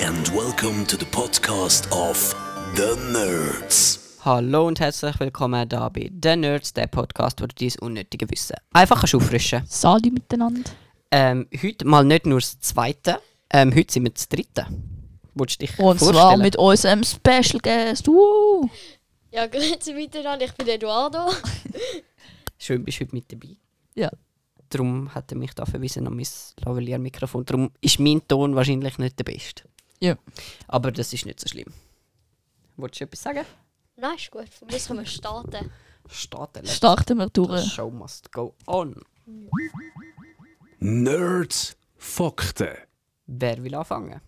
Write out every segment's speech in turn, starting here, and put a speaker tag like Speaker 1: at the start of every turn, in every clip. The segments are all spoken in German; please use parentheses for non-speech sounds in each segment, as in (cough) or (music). Speaker 1: and welcome to the podcast of The Nerds.
Speaker 2: Hallo und herzlich willkommen da bei The Nerds, der Podcast, wo du dein unnötige Wissen einfach kannst auffrischen
Speaker 3: Salut miteinander.
Speaker 2: Ähm, heute mal nicht nur das zweite, ähm, heute sind wir das dritte. Wolltest du dich
Speaker 3: Und zwar
Speaker 2: vorstellen?
Speaker 3: Oh, mit unserem Special Guest. Woo!
Speaker 4: Ja, (laughs) grüezi miteinander, ich bin Eduardo. (laughs)
Speaker 2: Schön, bist du heute mit dabei.
Speaker 3: Ja.
Speaker 2: Darum hat er mich da verwiesen an mein Lavalier-Mikrofon. Darum ist mein Ton wahrscheinlich nicht der beste.
Speaker 3: Ja.
Speaker 2: Aber das ist nicht so schlimm. Wolltest du etwas sagen?
Speaker 4: Nein, ist gut, von mir können wir starten.
Speaker 2: Starten. let's-
Speaker 3: Starten wir
Speaker 2: The
Speaker 3: durch.
Speaker 2: show must go on.
Speaker 1: Nerds Fakten.
Speaker 2: Wer will anfangen?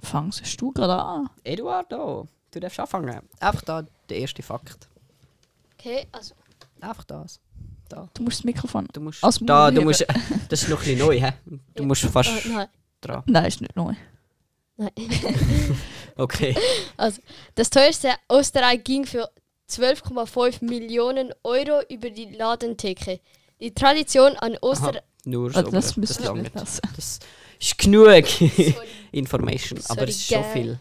Speaker 3: Fangst du gerade an?
Speaker 2: Eduardo, du darfst anfangen. Einfach da der erste Fakt.
Speaker 4: Okay, also,
Speaker 2: Einfach das. Da.
Speaker 3: Du musst das Mikrofon.
Speaker 2: Du musst.
Speaker 3: Als
Speaker 2: da, du
Speaker 3: Maul
Speaker 2: musst. Das ist noch ein bisschen neu, hä? Du musst fast
Speaker 4: äh, nein,
Speaker 2: dran.
Speaker 3: Nein, ist nicht neu.
Speaker 4: nein.
Speaker 2: Okay.
Speaker 4: (laughs) Das teuerste Österreich ging für 12,5 Millionen Euro über die Ladentheke. Die Tradition an Oster...
Speaker 2: Aha, nur so.
Speaker 3: Also, das
Speaker 2: das,
Speaker 3: müssen wir
Speaker 2: langt.
Speaker 3: nicht lassen.
Speaker 2: das ist genug (laughs)
Speaker 4: Sorry,
Speaker 2: Information, aber
Speaker 4: Sorry,
Speaker 2: es ist schon
Speaker 4: gell.
Speaker 2: viel.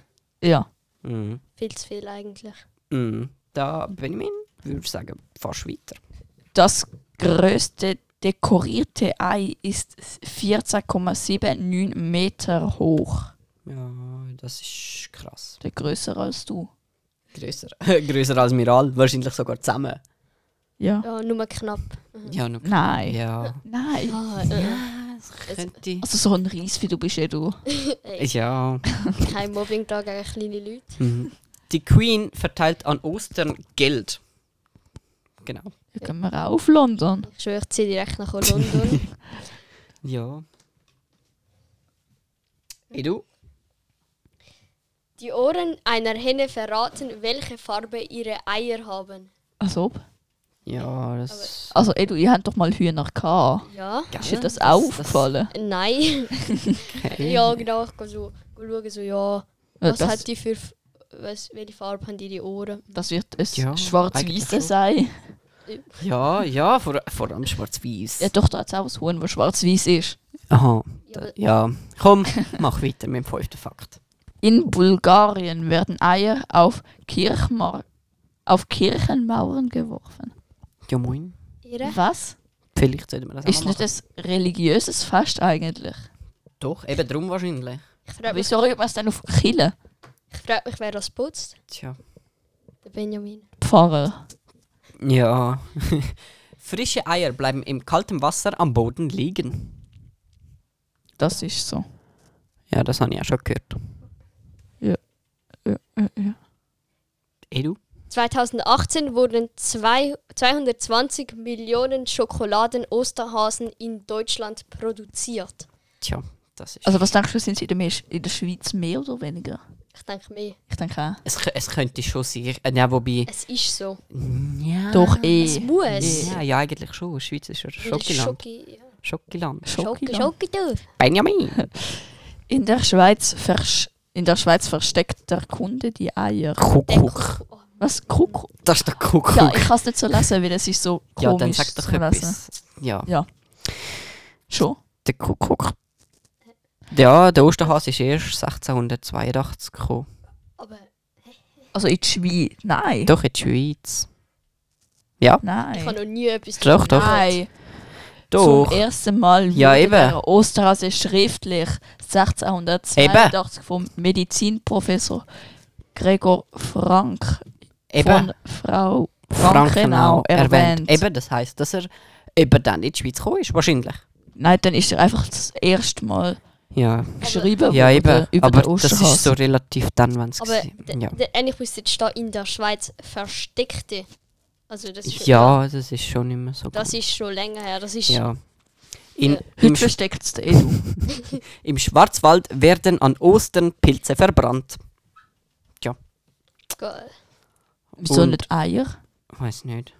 Speaker 3: Ja.
Speaker 2: Mhm.
Speaker 4: viel zu viel eigentlich.
Speaker 2: Mhm. Da, Benjamin, würde ich sagen, fast weiter.
Speaker 3: Das größte dekorierte Ei ist 14,79 Meter hoch.
Speaker 2: Ja, das ist krass.
Speaker 3: Der größer als du.
Speaker 2: Größer. (laughs) Größer als Miral, wahrscheinlich sogar zusammen.
Speaker 3: Ja.
Speaker 4: Ja, nur knapp.
Speaker 2: Ja, noch.
Speaker 3: Nein.
Speaker 2: Ja.
Speaker 3: Nein.
Speaker 4: Ah, äh,
Speaker 2: Das könnte.
Speaker 3: Also so ein Ries wie du bist, ja du.
Speaker 2: Ja.
Speaker 4: kein Mobbing da gegen kleine Leute.
Speaker 2: Mhm. Die Queen verteilt an Ostern Geld. Genau.
Speaker 3: Dann gehen wir auch auf London.
Speaker 4: Ich schwöre, ich ziehe direkt nach London. (laughs)
Speaker 2: Ja. Edu?
Speaker 4: die Ohren einer Henne verraten, welche Farbe ihre Eier haben.
Speaker 3: Also ob.
Speaker 2: Ja, das.
Speaker 3: Also Edu, ihr habt doch mal Hühner gehabt.
Speaker 4: Ja?
Speaker 3: Ist dir das auch aufgefallen?
Speaker 4: Nein.
Speaker 2: Okay. Äh,
Speaker 4: Ja, genau. Ich gehe so schauen, so, ja, was
Speaker 3: das,
Speaker 4: hat die für. F- Was, welche Farbe haben die, die Ohren?
Speaker 3: das wird ein
Speaker 2: Ja, eigentlich schon.
Speaker 3: schwarz-weißes sein.
Speaker 2: Ja, ja, vor, vor allem schwarz-weiß.
Speaker 3: Ja, doch, da hat es auch ein Huhn, das schwarz-weiß ist.
Speaker 2: Aha.
Speaker 4: Ja,
Speaker 2: Da,
Speaker 4: aber-
Speaker 2: ja. Komm, mach weiter mit dem fünften Fakt.
Speaker 3: In Bulgarien werden Eier auf, Kirchmar auf Kirchenmauern geworfen.
Speaker 2: Ja, moin.
Speaker 4: Ihre?
Speaker 3: Was?
Speaker 2: Vielleicht sollten wir das
Speaker 3: Ist
Speaker 2: auch mal
Speaker 3: nicht ein religiöses Fest eigentlich?
Speaker 2: machen. Doch, eben drum wahrscheinlich.
Speaker 4: Ich frage mich,
Speaker 3: Wieso rührt man es dann auf Kirche?
Speaker 4: ich frag mich, wer das putzt.
Speaker 2: Tja.
Speaker 4: Der Benjamin.
Speaker 3: Pfarrer.
Speaker 2: Ja. (laughs) Frische Eier bleiben im kalten Wasser am Boden liegen.
Speaker 3: Das ist so.
Speaker 2: Ja, das habe ich auch schon gehört.
Speaker 3: Ja, ja, ja.
Speaker 2: Edu?
Speaker 4: 2018 wurden zwei, 220 Millionen Schokoladen-Osterhasen in Deutschland produziert.
Speaker 2: Tja, das ist.
Speaker 3: Also was denkst du, sind sie in der, Misch- in der Schweiz mehr oder weniger?
Speaker 4: Ich denke mehr.
Speaker 3: Ich denke auch.
Speaker 2: es, kö- es könnte schon sein. Äh, ja, wobei.
Speaker 4: Es ist so.
Speaker 2: Ja.
Speaker 3: Doch
Speaker 4: Es
Speaker 3: eh.
Speaker 4: muss.
Speaker 2: Äh, Ja, ja, eigentlich schon. Schweiz ist ja Schokiland.
Speaker 4: Schoki. ja.
Speaker 2: Schokiland.
Speaker 4: Schoki.
Speaker 3: Schokolade.
Speaker 4: Schoki durch.
Speaker 2: Benjamin!
Speaker 3: In der Schweiz versch in der Schweiz versteckt der Kunde die Eier.
Speaker 2: Kuckuck.
Speaker 4: Oh,
Speaker 3: Was? Kuckuck?
Speaker 2: Das ist der Kuckuck.
Speaker 3: Ja, ich kann es nicht so lesen, weil es ist so komisch
Speaker 2: Ja, dann sag doch
Speaker 3: zu lesen.
Speaker 2: etwas. Ja,
Speaker 3: Schon.
Speaker 2: der Kuckuck. Ja, der Osterhase ist erst 1682 gekommen.
Speaker 4: Oh, aber
Speaker 3: Also in die Schweiz. Nein.
Speaker 2: Doch, in die Schweiz.
Speaker 4: ich
Speaker 3: Nein.
Speaker 4: habe noch nie etwas
Speaker 2: Doch, doch.
Speaker 3: Nein. Zum
Speaker 2: Doch.
Speaker 3: ersten Mal
Speaker 2: Ja,
Speaker 3: wurde
Speaker 2: eben.
Speaker 3: der Osterhase schriftlich 1682 vom Medizinprofessor Gregor Frank
Speaker 2: Eben,
Speaker 3: von Frau
Speaker 2: Frankenau
Speaker 3: Frankenau
Speaker 2: erwähnt.
Speaker 3: erwähnt.
Speaker 2: Eben, das heisst, dass er eben dann in die Schweiz gekommen ist, wahrscheinlich.
Speaker 3: Nein, dann ist er einfach das erste Mal
Speaker 2: Ja,
Speaker 3: geschrieben
Speaker 2: ja eben.
Speaker 3: worden über
Speaker 2: Aber
Speaker 3: den
Speaker 2: das
Speaker 3: Osterhase.
Speaker 2: ist so relativ dann, wenn es
Speaker 4: Aber
Speaker 2: ja.
Speaker 4: ja. eigentlich müsste jetzt da in der Schweiz versteckte. Also das ist,
Speaker 2: ja, das ist schon nicht mehr so
Speaker 4: das ist schon länger her. Das ist
Speaker 2: Ja. In,
Speaker 4: Ja.
Speaker 2: im,
Speaker 3: Heute
Speaker 2: Sch-
Speaker 3: versteckt es Edu.
Speaker 2: Im Schwarzwald werden an Ostern Pilze verbrannt.
Speaker 4: geil.
Speaker 3: Wieso
Speaker 2: Und-
Speaker 3: nicht Eier?
Speaker 2: Weiß nicht.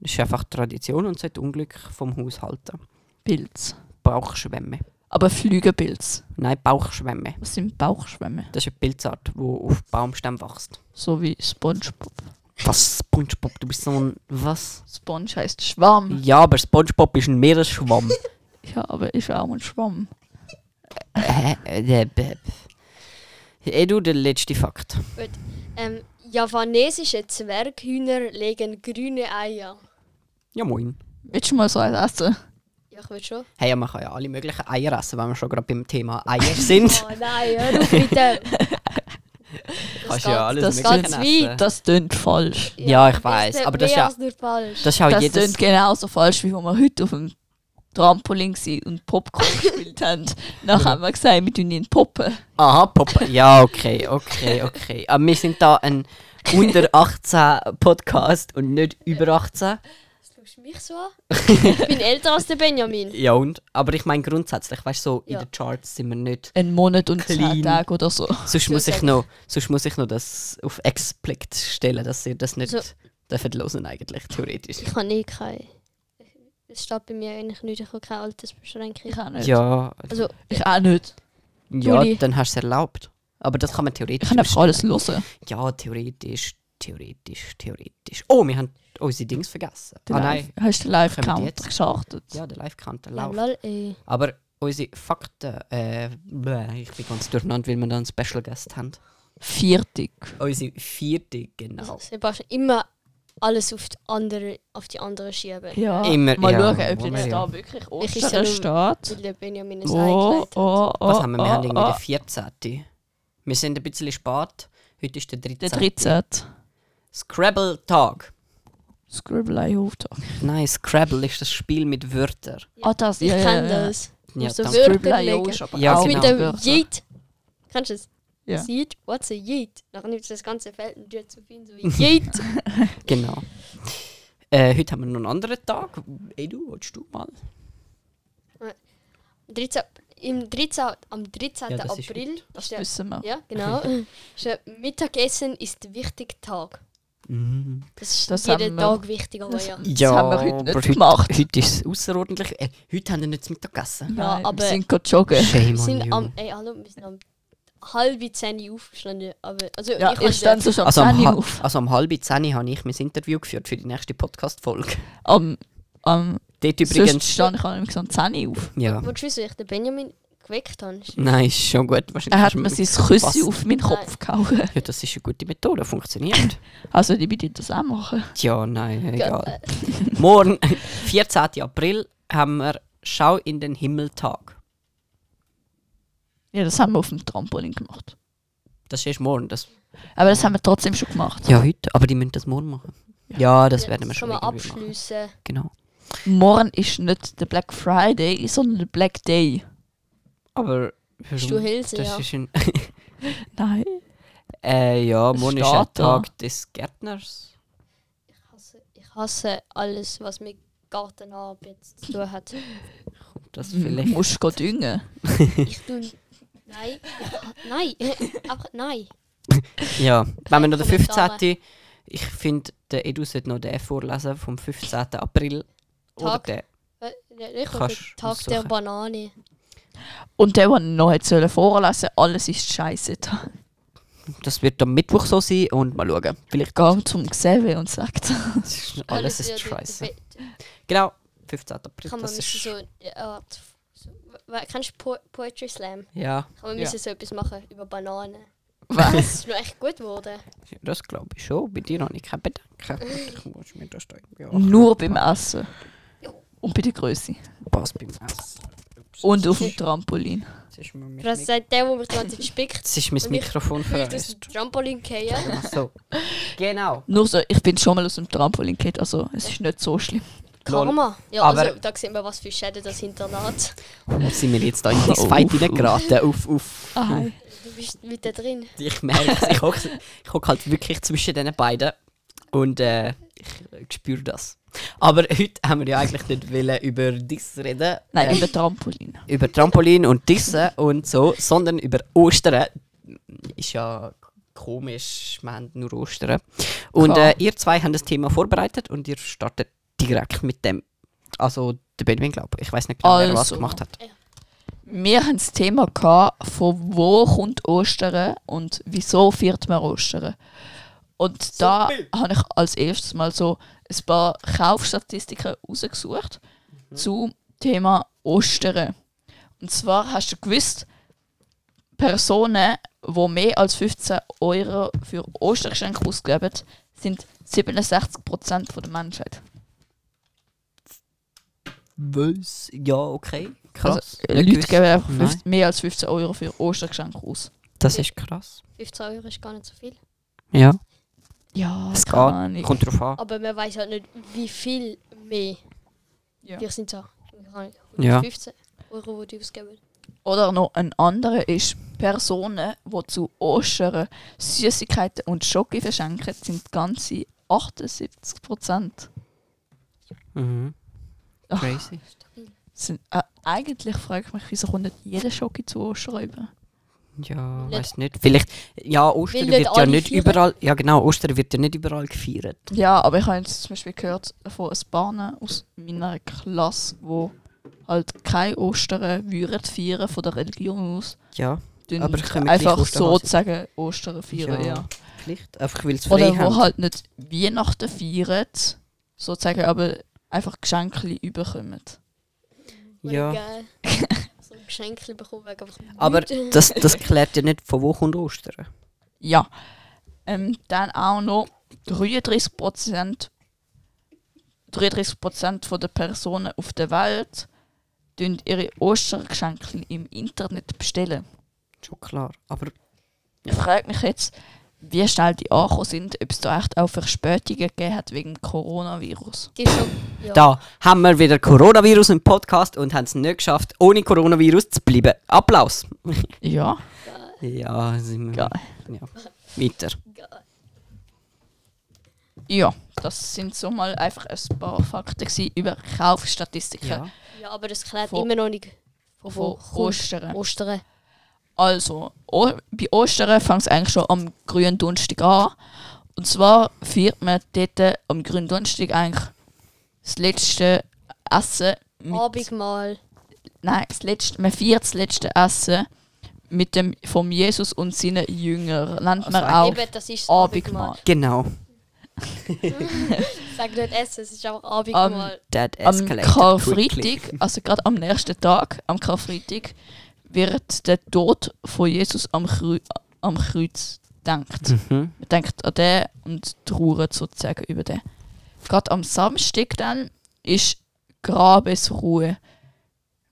Speaker 2: Das ist einfach Tradition und seit Unglück vom Haushalten.
Speaker 3: Pilz.
Speaker 2: Bauchschwämme.
Speaker 3: Aber Flügelpilz.
Speaker 2: Nein, Bauchschwämme.
Speaker 3: Was sind Bauchschwämme?
Speaker 2: Das ist eine Pilzart, die auf Baumstämmen wächst.
Speaker 3: So wie Spongebob.
Speaker 2: Was? Spongebob, du bist so ein. Was?
Speaker 3: Sponge heißt Schwamm.
Speaker 2: Ja, aber Spongebob ist ein (laughs) Meeresschwamm.
Speaker 3: Ja, aber ist auch ein Schwamm.
Speaker 2: Äh, äh, äh, äh. Hey du, der letzte Fakt.
Speaker 4: Gut. Ähm, javanesische Zwerghühner legen grüne Eier.
Speaker 2: Ja moin.
Speaker 3: Willst du mal so eins essen?
Speaker 4: Ja, ich will schon.
Speaker 2: Hey, ja, man kann ja alle möglichen Eier essen, wenn wir schon gerade beim Thema (laughs) Eier sind.
Speaker 4: Oh nein, hör
Speaker 2: (laughs)
Speaker 4: auf mit dem.
Speaker 2: Kannst ja alles
Speaker 3: das
Speaker 2: Mögliche
Speaker 3: geht
Speaker 2: essen.
Speaker 3: Das tönt falsch.
Speaker 2: Ja, ich weiß, aber das ist
Speaker 4: ist
Speaker 2: ja-
Speaker 4: mehr als nur falsch.
Speaker 2: Das ist auch
Speaker 3: das
Speaker 2: jedes...
Speaker 3: tönt genauso falsch, wie wenn wir heute auf dem Trampolin waren
Speaker 2: (laughs)
Speaker 3: und Popcorn gespielt haben. Nachher haben wir gesagt, wir tun ihn poppen.
Speaker 2: Aha, Papa. Ja, okay, okay, okay. Aber wir sind da ein unter 18 Podcast und nicht über 18.
Speaker 4: Was schaust du mich
Speaker 2: (laughs)
Speaker 4: so an? ich bin älter als der Benjamin.
Speaker 2: Ja und? Aber ich meine grundsätzlich, weißt du, so
Speaker 4: Ja.
Speaker 2: in den Charts sind wir nicht.
Speaker 3: Einen Monat und
Speaker 2: Clean.
Speaker 3: zehn Tage oder so.
Speaker 2: Sonst muss ich
Speaker 4: sag
Speaker 2: noch, sonst muss ich noch das auf Explicit stellen, dass ihr das nicht
Speaker 4: So.
Speaker 2: dürft hören eigentlich, theoretisch.
Speaker 4: Ich habe eh keine. Es steht bei mir eigentlich nicht, ich habe keine Altersbeschränkung.
Speaker 3: Ich auch nicht.
Speaker 2: Ja,
Speaker 4: Also,
Speaker 3: Ich auch nicht.
Speaker 2: ja
Speaker 3: Juli.
Speaker 2: dann hast du es erlaubt. Aber das kann man theoretisch
Speaker 3: Ich kann einfach alles hören.
Speaker 2: Ja, theoretisch, theoretisch, theoretisch. Oh, wir haben unsere Dings vergessen.
Speaker 3: Den
Speaker 2: ah
Speaker 3: live,
Speaker 2: nein.
Speaker 3: hast du
Speaker 2: Kommen die
Speaker 3: den Live-Count
Speaker 2: jetzt?
Speaker 3: geschachtet?
Speaker 2: Ja, der Live-Counter
Speaker 4: ja,
Speaker 2: läuft.
Speaker 4: lol, ey.
Speaker 2: Aber unsere Fakten, äh, bläh, ich bin ganz durcheinander, weil wir da einen Special Guest haben.
Speaker 3: Viertig.
Speaker 2: Unsere vierte, genau.
Speaker 4: Also, Sebastian, immer alles auf die andere, auf die andere schieben.
Speaker 3: Ja.
Speaker 2: Immer-
Speaker 3: Mal
Speaker 2: ja,
Speaker 3: schauen, ob
Speaker 2: wollen
Speaker 3: jetzt
Speaker 2: wir ja.
Speaker 3: da wirklich
Speaker 4: Ich
Speaker 3: Ostern
Speaker 4: ist ja
Speaker 3: steht.
Speaker 4: Weil der Benjamin es
Speaker 3: Oh,
Speaker 4: eingeleitet hat.
Speaker 3: oh, oh,
Speaker 2: Was haben wir? Wir
Speaker 4: ah,
Speaker 3: oh,
Speaker 2: haben irgendwie
Speaker 3: oh.
Speaker 2: den 14. Wir sind ein bisschen spät. Heute ist der 13.
Speaker 3: Der 13.
Speaker 2: Scrabble-Tag.
Speaker 3: Scribblei Hofta.
Speaker 2: Nein, Scrabble ist das Spiel mit Wörtern.
Speaker 3: Ah, das,
Speaker 4: Ich
Speaker 3: ja, ja,
Speaker 4: kenne
Speaker 3: ja.
Speaker 4: das.
Speaker 2: Ja,
Speaker 4: so
Speaker 2: danke.
Speaker 4: Wörter
Speaker 3: Scribblei
Speaker 4: legen.
Speaker 3: Hofta, aber
Speaker 2: Ja,
Speaker 3: auch
Speaker 4: Das
Speaker 2: genau.
Speaker 4: mit dem
Speaker 3: Wörter.
Speaker 4: Yeet. Kannst du es?
Speaker 3: Ja.
Speaker 4: Yeet? What's a Yeet? Dann nimmst du das ganze Feld und tust so viel so
Speaker 3: (laughs)
Speaker 4: Yeet.
Speaker 2: Genau. Äh, heute haben wir noch einen anderen Tag. Ey, du, willst du mal?
Speaker 4: 13, im 13, am 13.
Speaker 2: Ja, das ist
Speaker 4: April
Speaker 3: Das
Speaker 4: ist der,
Speaker 3: wissen wir.
Speaker 4: ja,
Speaker 3: (laughs)
Speaker 4: genau, ist der Mittagessen ist der wichtige Tag. Das ist
Speaker 3: Das haben
Speaker 4: jeden
Speaker 3: wir-
Speaker 4: Tag wichtig, aber
Speaker 3: Das-
Speaker 4: ja.
Speaker 3: Das haben wir heute nicht gemacht.
Speaker 2: Heute, heute ist es außerordentlich. Äh, heute haben wir nicht zum Mittagessen.
Speaker 4: Ja,
Speaker 3: Nein,
Speaker 4: aber-
Speaker 3: wir sind gerade joggen.
Speaker 2: Shame
Speaker 4: Wir sind
Speaker 2: on
Speaker 4: am,
Speaker 2: you.
Speaker 4: ey, hallo, wir sind am halb zehn aufgestanden, aber, also
Speaker 3: Ja,
Speaker 4: ich
Speaker 3: ich stand so schon
Speaker 2: Also
Speaker 3: am
Speaker 2: am,
Speaker 3: 10
Speaker 2: hal-
Speaker 3: auf.
Speaker 2: also am halben 10 habe ich mein Interview geführt für die nächste Podcast-Folge. (laughs)
Speaker 3: Am, am
Speaker 2: Dort
Speaker 3: sonst
Speaker 2: übrigens.
Speaker 3: stand ich am so am 10 auf.
Speaker 2: Ja.
Speaker 4: Wolltest du wissen, wie ich den Benjamin geweckt habe?
Speaker 2: Nein, ist schon gut.
Speaker 3: Er
Speaker 2: Wahrscheinlich
Speaker 3: hat
Speaker 2: hast du
Speaker 3: mir sein Küsse
Speaker 2: Was?
Speaker 3: auf meinen Kopf gehauen.
Speaker 2: Ja, das ist eine gute Methode, funktioniert.
Speaker 3: Also, die bitte das auch machen.
Speaker 2: Tja, nein, egal. Morgen, (laughs) 14. April, haben wir Schau in den Himmeltag.
Speaker 3: Ja, das haben wir auf dem Trampolin gemacht.
Speaker 2: Das ist erst morgen. Das
Speaker 3: Aber das haben wir trotzdem schon gemacht.
Speaker 2: ja, heute. Aber die müssen das morgen machen. Ja, das werden wir schon
Speaker 4: mal
Speaker 2: irgendwie machen.
Speaker 4: abschliessen.
Speaker 2: Genau.
Speaker 3: Morgen ist nicht der Black Friday, sondern der Black Day.
Speaker 2: Aber
Speaker 4: Bist du Hilse,
Speaker 2: das
Speaker 4: ja.
Speaker 2: ist ein (laughs)
Speaker 3: Nein.
Speaker 2: äh, ja,
Speaker 3: Es
Speaker 2: morgen ist ein
Speaker 3: steht da.
Speaker 2: Tag des Gärtners.
Speaker 4: Ich hasse, ich hasse alles, was mit Gartenarbeit zu tun hat.
Speaker 2: Das
Speaker 3: Du
Speaker 2: vielleicht.
Speaker 3: musst gehen düngen.
Speaker 4: Ich tue... Nein, ich, nein, (laughs) einfach nein.
Speaker 2: Ja, wenn wir noch den
Speaker 4: Kommentare.
Speaker 2: 15. Ich finde, der Edu sollte noch den vorlesen vom 15. April. Oder
Speaker 4: Tag.
Speaker 2: den.
Speaker 4: Äh, Ich habe
Speaker 2: Kannst
Speaker 4: den Tag der
Speaker 2: aussuchen.
Speaker 4: Banane.
Speaker 3: Und der, der noch hätte sollen vorlesen alles ist scheiße. Da
Speaker 2: Das wird am Mittwoch so sein und mal schauen. Vielleicht
Speaker 4: (laughs)
Speaker 3: geh zum Xavier und sagt,
Speaker 2: Oh, Das ist- alles ist
Speaker 4: ja,
Speaker 2: scheiße.
Speaker 4: we-
Speaker 2: Genau, 15. April.
Speaker 4: Kann man
Speaker 2: Das
Speaker 4: müssen
Speaker 2: ist,
Speaker 4: so eine Art. So, we- kennst du po Poetry Slam?
Speaker 2: ja,
Speaker 4: Kann man
Speaker 3: Ja.
Speaker 4: müssen so etwas machen über Bananen.
Speaker 3: was?
Speaker 4: Das ist noch echt gut geworden.
Speaker 2: das glaube ich schon. Bei dir habe ich keinen
Speaker 4: (laughs)
Speaker 2: Bedenken. Ich muss mir das da irgendwie auch-
Speaker 3: Nur beim Essen. Und bei der Größe.
Speaker 2: Passt beim Essen.
Speaker 3: Und auf dem Trampolin.
Speaker 2: Jetzt ist mir mit-
Speaker 4: Das seit der, wo mich die ganze Zeit
Speaker 2: (laughs)
Speaker 4: spickt,
Speaker 2: Jetzt ist mein
Speaker 4: Und ich- (laughs)
Speaker 2: Mikrofon
Speaker 4: fühlt aus dem
Speaker 2: verreist.
Speaker 4: Trampolin fallen.
Speaker 2: Ach so. Genau.
Speaker 3: Nur so, ich bin schon mal aus dem Trampolin geklettert, also es ist nicht so schlimm.
Speaker 2: Lol.
Speaker 4: Karma. Ja,
Speaker 2: Aber-
Speaker 4: also da sieht man, was für Schäden das hinterlässt.
Speaker 2: Warum sind wir jetzt da in die Fight reingeraten? Auf, auf.
Speaker 3: Nein.
Speaker 4: Du bist wieder drin.
Speaker 2: Ich merke es. Ich hocke ich hock halt wirklich zwischen den beiden. Und äh, ich spüre das. Aber heute haben wir ja eigentlich nicht wollen über dies reden.
Speaker 3: Nein,
Speaker 2: äh,
Speaker 3: über Trampolin.
Speaker 2: über Trampolin und Dissen und so, sondern über Ostern. Ist ja komisch, wir haben nur Ostern. Und
Speaker 3: Klar.
Speaker 2: äh, ihr zwei habt das Thema vorbereitet und ihr startet direkt mit dem. Also der Benjamin, glaube ich. Ich weiß nicht genau, wer was
Speaker 3: Also.
Speaker 2: gemacht hat.
Speaker 3: Wir haben das Thema gehabt, von wo kommt Ostern und wieso feiert man Ostern. Und da habe ich als erstes mal so ein paar Kaufstatistiken rausgesucht zum Thema Ostern. Und zwar hast du gewusst, Personen, die mehr als 15 Euro für Ostergeschenke ausgeben, sind 67% der Menschheit.
Speaker 2: Was? Ja, okay. Krass.
Speaker 3: Also, äh, Leute
Speaker 2: Nicht gewusst.
Speaker 3: geben einfach
Speaker 2: Nein.
Speaker 3: 15, mehr als 15 Euro für Ostergeschenke aus.
Speaker 2: Das ist krass.
Speaker 4: 15 Euro ist gar nicht so viel.
Speaker 2: Ja,
Speaker 3: Ja,
Speaker 2: es geht.
Speaker 3: keine Ahnung.
Speaker 2: Kommt drauf an.
Speaker 4: Aber man weiß halt nicht, wie viel mehr.
Speaker 3: Ja.
Speaker 4: Wir sind so. keine Ahnung,
Speaker 2: Ja.
Speaker 4: 15 Euro, die du ausgeben.
Speaker 3: Oder noch ein anderer ist, Personen, die zu Ostern Süßigkeiten und Schoki verschenken, sind ganze 78 Prozent.
Speaker 2: Mhm.
Speaker 3: Ach.
Speaker 2: Crazy.
Speaker 3: Sind, äh, eigentlich frage ich mich, wieso kommt nicht jeder Schoki zu Ostern rüber?
Speaker 2: Ja,
Speaker 4: Nicht-
Speaker 2: weiß nicht. Vielleicht. Ja, Ostern
Speaker 4: Weil
Speaker 2: wird
Speaker 4: nicht
Speaker 2: ja
Speaker 4: alle
Speaker 2: nicht
Speaker 4: feiern.
Speaker 2: überall. Ja, genau. Ostern wird ja nicht überall gefeiert.
Speaker 3: Ja, aber ich habe jetzt zum Beispiel gehört von ein paar aus meiner Klasse, wo halt keine Ostern würden feiern von der Religion aus.
Speaker 2: Ja.
Speaker 3: tun
Speaker 2: Aber können wir
Speaker 3: einfach
Speaker 2: gleich Ostern haben.
Speaker 3: sozusagen Ostern feiern, ja.
Speaker 2: Vielleicht. Einfach weil es frei
Speaker 3: Oder
Speaker 2: haben.
Speaker 3: wo halt nicht Weihnachten feiern, sozusagen, aber einfach Geschenke überkommen.
Speaker 2: Ja. (laughs)
Speaker 4: Geil. so ein Geschenk bekommen wegen einfach
Speaker 2: Aber
Speaker 4: nichts.
Speaker 2: das,
Speaker 3: (laughs)
Speaker 2: das klärt ja nicht, von wo kommt Ostern.
Speaker 3: Ja. Ähm, dann auch noch 33 Prozent 33 Prozent der Personen auf der Welt tun ihre Ostergeschenke im Internet bestellen.
Speaker 2: Schon klar. Aber
Speaker 3: Ich frage mich jetzt, wie schnell die angekommen sind, ob es da echt auch Verspätungen gegeben hat wegen dem Coronavirus.
Speaker 4: Die ist schon. Ja.
Speaker 2: da haben wir wieder Coronavirus im Podcast und haben es nicht geschafft, ohne Coronavirus zu bleiben. Applaus. (laughs)
Speaker 3: Ja.
Speaker 2: Ja, sind wir.
Speaker 3: Geil.
Speaker 2: Ja. Weiter.
Speaker 4: Geil.
Speaker 3: Ja, das sind so mal einfach ein paar Fakten gewesen über Kaufstatistiken
Speaker 2: Ja.
Speaker 4: ja, aber das klärt
Speaker 3: Von-
Speaker 4: immer noch nicht.
Speaker 3: von Ostern.
Speaker 4: Ostern.
Speaker 3: Also, o bei Ostern fängt es eigentlich schon am grünen Donnerstag an. Und zwar feiert man dort am grünen Donnerstag eigentlich das letzte Essen. Mit,
Speaker 4: Abendmahl.
Speaker 3: Nein, das letzte, man feiert das letzte Essen mit dem, vom Jesus und seinen Jüngern. Nennt man
Speaker 2: Also
Speaker 3: auch
Speaker 4: Eben, das ist das
Speaker 3: Abendmahl.
Speaker 2: Genau.
Speaker 4: Sag nicht Essen, es ist einfach
Speaker 3: Am-
Speaker 4: Abendmahl.
Speaker 2: That
Speaker 3: am
Speaker 2: escalated quickly.
Speaker 3: Karfreitag, also gerade am nächsten Tag, am Karfreitag, wird der Tod von Jesus am, Kreu am Kreuz denkt.
Speaker 2: Mhm.
Speaker 3: Man denkt an den und trauert sozusagen über den. Gerade am Samstag dann ist Grabesruhe.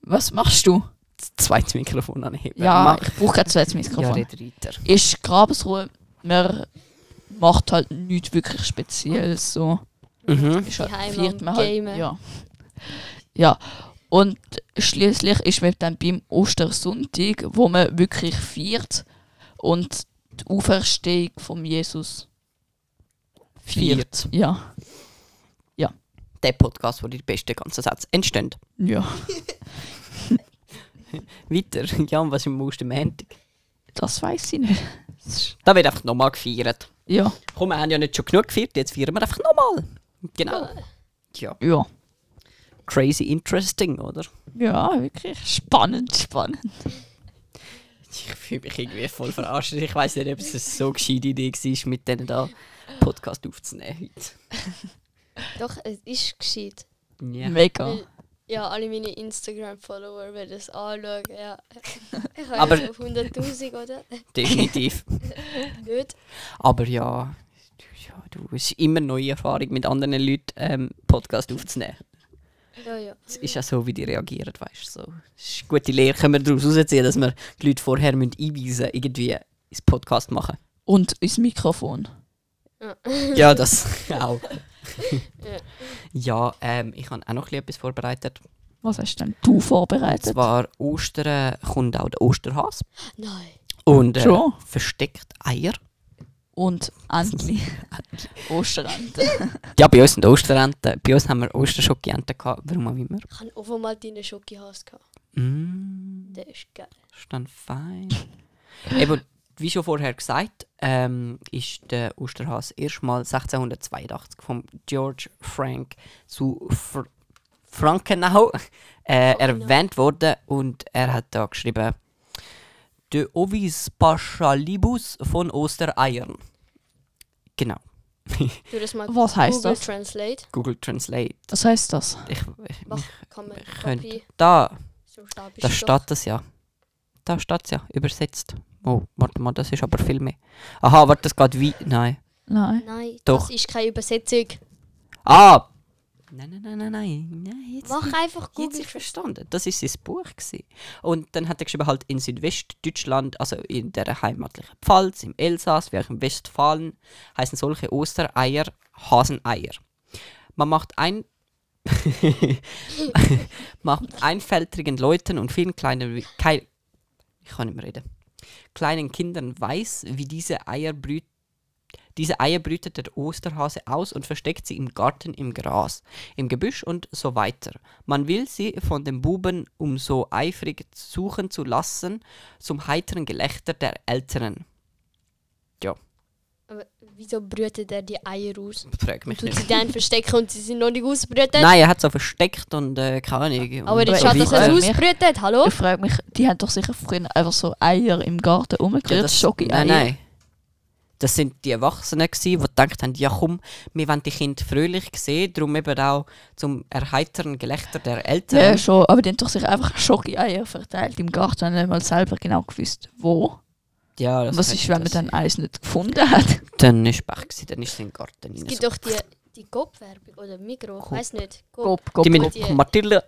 Speaker 3: Was machst du?
Speaker 2: Das zweite Mikrofon anheben.
Speaker 3: Ja,
Speaker 2: Mach.
Speaker 3: ich brauche kein zweites
Speaker 2: ja
Speaker 3: Mikrofon.
Speaker 2: red weiter.
Speaker 3: Ist Grabesruhe, man macht halt nichts wirklich Spezielles. So
Speaker 2: Mhm.
Speaker 3: ist halt,
Speaker 4: Daheim
Speaker 3: feiert
Speaker 4: am
Speaker 3: man halt,
Speaker 4: Gamen.
Speaker 3: ja. ja. Und schließlich ist man dann beim Ostersonntag, wo man wirklich feiert und die Auferstehung von Jesus feiert.
Speaker 2: Viert.
Speaker 3: Ja.
Speaker 2: Der Podcast, wo die besten ganzen Sätze entstehen.
Speaker 3: Ja.
Speaker 2: Weiter. (laughs) Ja, und was im Ostern Montag?
Speaker 3: Das weiß ich nicht. Das ist-
Speaker 2: Da wird einfach nochmal gefeiert.
Speaker 3: Ja.
Speaker 2: Komm, wir haben ja nicht schon genug gefeiert, jetzt feiern wir einfach nochmal. Genau. Ja.
Speaker 3: Ja.
Speaker 2: Crazy interesting, oder?
Speaker 3: Ja, wirklich. Spannend, spannend.
Speaker 2: Ich fühle mich irgendwie voll verarscht. Ich weiß nicht, ob es eine so gescheite Idee war, mit denen da Podcast aufzunehmen heute. Ähm.
Speaker 4: Doch, es ist gescheit.
Speaker 2: Ja.
Speaker 3: Mega.
Speaker 4: Weil, ja, alle meine Instagram-Follower werden es anschauen. Ja. (laughs) Ich habe
Speaker 2: Aber-
Speaker 4: jetzt auf 100.000, oder? (laughs)
Speaker 2: Definitiv.
Speaker 4: Nicht.
Speaker 2: (laughs) Aber ja, ja, du, es ist immer neue Erfahrung, mit anderen Leuten ähm, Podcast aufzunehmen.
Speaker 4: Ja, ja.
Speaker 2: Es ist ja so, wie die reagieren, weißt du. So. Es ist eine gute Lehre, können wir daraus rausziehen, dass wir die Leute vorher müssen einweisen müssen, irgendwie ins Podcast machen.
Speaker 3: Und ins Mikrofon.
Speaker 2: Ja, das (laughs) auch.
Speaker 4: Ja.
Speaker 2: ja, ähm, ich habe auch noch ein bisschen etwas vorbereitet.
Speaker 3: Was hast denn du
Speaker 2: Und
Speaker 3: vorbereitet?
Speaker 2: zwar Ostern kommt auch der Osterhase
Speaker 4: Nein.
Speaker 2: und äh,
Speaker 3: Schon.
Speaker 2: versteckt Eier.
Speaker 3: Und
Speaker 2: (laughs)
Speaker 3: Oh, endlich. Osterrente.
Speaker 2: Ja, bei uns sind Osterenten. Bei uns haben wir Osterschokienten gehabt, warum auch immer.
Speaker 4: Ich habe auch mal deinen Schokohaus gehabt.
Speaker 2: Mm,
Speaker 4: Der ist geil.
Speaker 2: ist dann fein. (laughs) Eben, wie schon vorher gesagt, ähm, ist der Osterhase erstmal 1682 von George Frank zu Fr Frankenau äh, erwähnt worden und er hat da geschrieben: De ovis paschalibus von Ostereiern. Genau.
Speaker 4: Du das mal
Speaker 3: Was heisst
Speaker 4: Google
Speaker 3: das?
Speaker 4: Translate.
Speaker 2: Google Translate.
Speaker 3: Was heißt das?
Speaker 2: Ich,
Speaker 4: Mach, kann man
Speaker 2: ich könnte.
Speaker 4: Copy
Speaker 2: Da,
Speaker 4: zum Stab
Speaker 2: da
Speaker 4: ist
Speaker 2: steht es ja. Da steht es ja, übersetzt. Oh, warte mal, das ist aber viel mehr. Aha, warte, das geht wie. Nein.
Speaker 3: Nein.
Speaker 4: Nein,
Speaker 2: Doch.
Speaker 4: das ist keine Übersetzung.
Speaker 2: Ah! Nein, nein, nein, nein, nein. nein jetzt
Speaker 4: Mach einfach
Speaker 2: (laughs) Jetzt
Speaker 4: Google.
Speaker 2: ist verstanden. Das ist sein Buch. Gewesen. Und dann hat er geschrieben, halt in Südwestdeutschland, also in der heimatlichen Pfalz, im Elsass, wie auch im Westfalen, heißen solche Ostereier Haseneier. Man macht ein (laughs) macht einfältigen Leuten und vielen kleinen kei, ich kann nicht mehr reden. Kleinen Kindern weiß, wie diese Eier brüten diese Eier brütet der Osterhase aus und versteckt sie im Garten, im Gras, im Gebüsch und so weiter. Man will sie von den Buben, um so eifrig suchen zu lassen, zum heiteren Gelächter der Älteren. Ja,
Speaker 4: Aber wieso brütet er die Eier aus?
Speaker 2: frag mich
Speaker 4: Tut
Speaker 3: (laughs)
Speaker 4: sie
Speaker 2: nicht.
Speaker 4: dann verstecken und sie sind
Speaker 2: (laughs)
Speaker 4: noch nicht ausbrütet?
Speaker 2: Nein, er hat so versteckt und äh, keine Ahnung.
Speaker 4: Aber
Speaker 2: und
Speaker 4: das
Speaker 3: Aber
Speaker 4: schaut,
Speaker 3: ich
Speaker 4: dass
Speaker 2: Äh,
Speaker 4: er es
Speaker 3: frage mich-
Speaker 4: ausbrütet, hallo?
Speaker 3: Ich frage mich, die haben doch sicher früher einfach so Eier im Garten
Speaker 2: Ja,
Speaker 3: rumgerührt,
Speaker 2: das-
Speaker 3: Schoki-Eier.
Speaker 2: Nein, nein. Das sind die Erwachsenen, gewesen, die gedacht haben, ja komm, wir wollen die Kinder fröhlich sehen, darum eben auch zum erheiteren Gelächter der Eltern.
Speaker 3: Ja, schon, aber die haben doch sich einfach Schoki-Eier verteilt im Garten und nicht mal selber genau gewusst, wo.
Speaker 2: Ja, das
Speaker 3: Was
Speaker 2: könnte
Speaker 3: ist, wenn man
Speaker 2: das
Speaker 3: dann
Speaker 2: sein.
Speaker 3: eins nicht gefunden hat? (laughs)
Speaker 2: Dann ist Pech gewesen, dann ist es in den Garten
Speaker 4: Es
Speaker 2: rein.
Speaker 4: gibt
Speaker 2: So.
Speaker 4: doch die, die Gop-Werbung oder Mikro, ich weiß nicht. Gop.
Speaker 3: Gop, gop,
Speaker 2: Die
Speaker 3: gop.
Speaker 2: mit
Speaker 4: Gop.
Speaker 2: Matilda.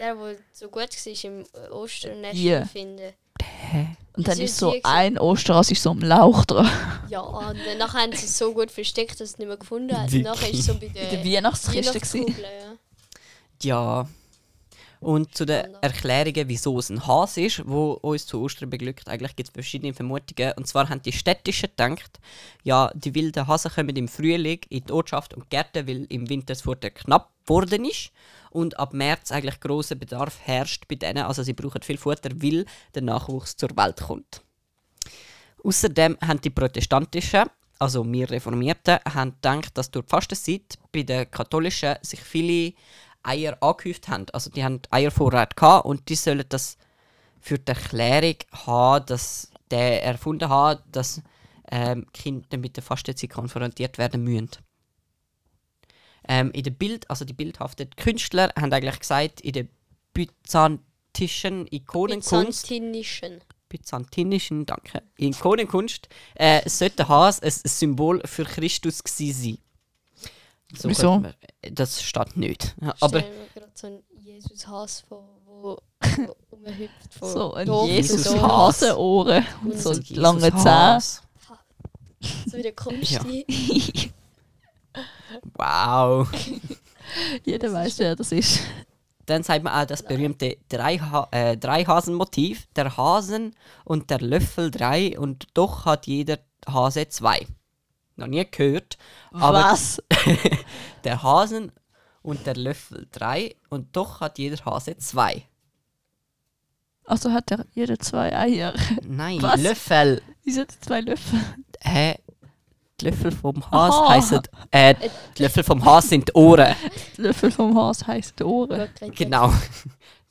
Speaker 4: Der, der so gut war im äh, Osternest
Speaker 3: Die.
Speaker 4: zu finden.
Speaker 3: Und dann
Speaker 4: Sie-
Speaker 3: ist
Speaker 4: sie
Speaker 3: so
Speaker 4: hat gesagt-
Speaker 3: ein Osterhase ist so am Lauch dran.
Speaker 4: Ja, und danach haben sie es so gut versteckt, dass es nicht mehr gefunden hat. Danach ist es so bei
Speaker 3: (laughs)
Speaker 4: der,
Speaker 3: In der Weihnachtskiste gewesen.
Speaker 4: Weihnachtskugel, ja.
Speaker 2: Ja. Und zu den Erklärungen, wieso es ein Hase ist, wo uns zu Ostern beglückt, eigentlich gibt es verschiedene Vermutungen. Und zwar haben die Städtischen gedacht, ja, die wilden Hasen kommen im Frühling in die Ortschaft und Gärten, weil im Winter das Futter knapp geworden ist und ab März eigentlich großer Bedarf herrscht bei denen. Also sie brauchen viel Futter, weil der Nachwuchs zur Welt kommt. Außerdem haben die Protestantischen, also wir Reformierten, haben gedacht, dass durch die Fastenzeit bei den Katholischen sich viele Eier angehäuft haben. Also die haben Eiervorrat gehabt und die sollen das für die Erklärung haben, dass der erfunden hat, dass ähm, Kinder mit der Fastenzeit konfrontiert werden müssen. Ähm, in der Bild, also die bildhaften Künstler haben eigentlich gesagt, in der byzantinischen Ikonenkunst
Speaker 4: Byzantinischen.
Speaker 2: byzantinischen, danke, Ikonenkunst, äh, sollte der Hase ein Symbol für Christus gewesen sein. So
Speaker 3: Wieso?
Speaker 2: könnte man- Das steht nicht. Aber
Speaker 4: Stellen wir gerade so einen Jesus-Hass vor, wo
Speaker 2: (laughs)
Speaker 4: umhüpft von
Speaker 3: So ein
Speaker 4: Dorf zu
Speaker 2: Jesus-
Speaker 4: Dorf.
Speaker 3: Jesus-Hasenohren und so
Speaker 2: Jesus
Speaker 3: lange Zähne.
Speaker 2: Hase.
Speaker 4: (laughs) So wie der (laughs) Kopfstein.
Speaker 2: Wow.
Speaker 3: Jeder weiß, wer das ist.
Speaker 2: Dann sagt man auch das berühmte Dreiha äh, Dreihasen-Motiv, der Hasen und der Löffel drei und doch hat jeder Hase zwei. Noch nie gehört. Aber
Speaker 3: Was?
Speaker 2: (laughs) der Hasen und der Löffel drei und doch hat jeder Hase zwei.
Speaker 3: Also hat er jeder zwei Eier. (laughs)
Speaker 2: Nein,
Speaker 3: Was?
Speaker 2: Löffel.
Speaker 3: Die sind zwei Löffel. (laughs)
Speaker 2: Hä? Die Löffel vom Has
Speaker 3: Aha.
Speaker 2: heißen. Äh, die Löffel vom Has sind die
Speaker 4: (laughs)
Speaker 2: Ohren.
Speaker 3: Die Löffel vom Hase heißt Ohren.
Speaker 2: genau.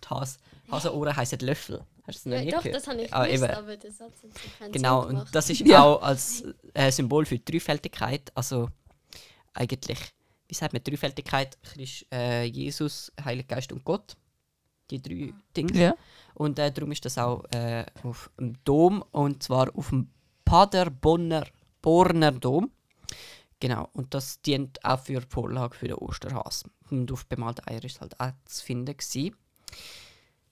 Speaker 2: Die Has, Hasenohren heißen Löffel. Hast du noch
Speaker 4: Ja,
Speaker 2: nie
Speaker 4: doch,
Speaker 2: gehört?
Speaker 4: das habe ich
Speaker 2: Ah,
Speaker 4: gewusst,
Speaker 2: eben.
Speaker 4: aber das hat sonst keinen
Speaker 2: Genau,
Speaker 4: Sinn gemacht.
Speaker 2: und das ist
Speaker 3: Ja.
Speaker 2: auch als äh, Symbol für die Dreifältigkeit. Also eigentlich, wie sagt man Dreifältigkeit? Christ, äh, Jesus, Heiliger Geist und Gott. Die drei Dinge.
Speaker 3: Ja.
Speaker 2: Und äh, darum ist das auch äh, auf dem Dom und zwar auf dem Paderborner Borner Dom. Genau, und das dient auch für die Vorlage für den Osterhas. Und auf bemalten Eier ist halt auch zu finden. Gewesen.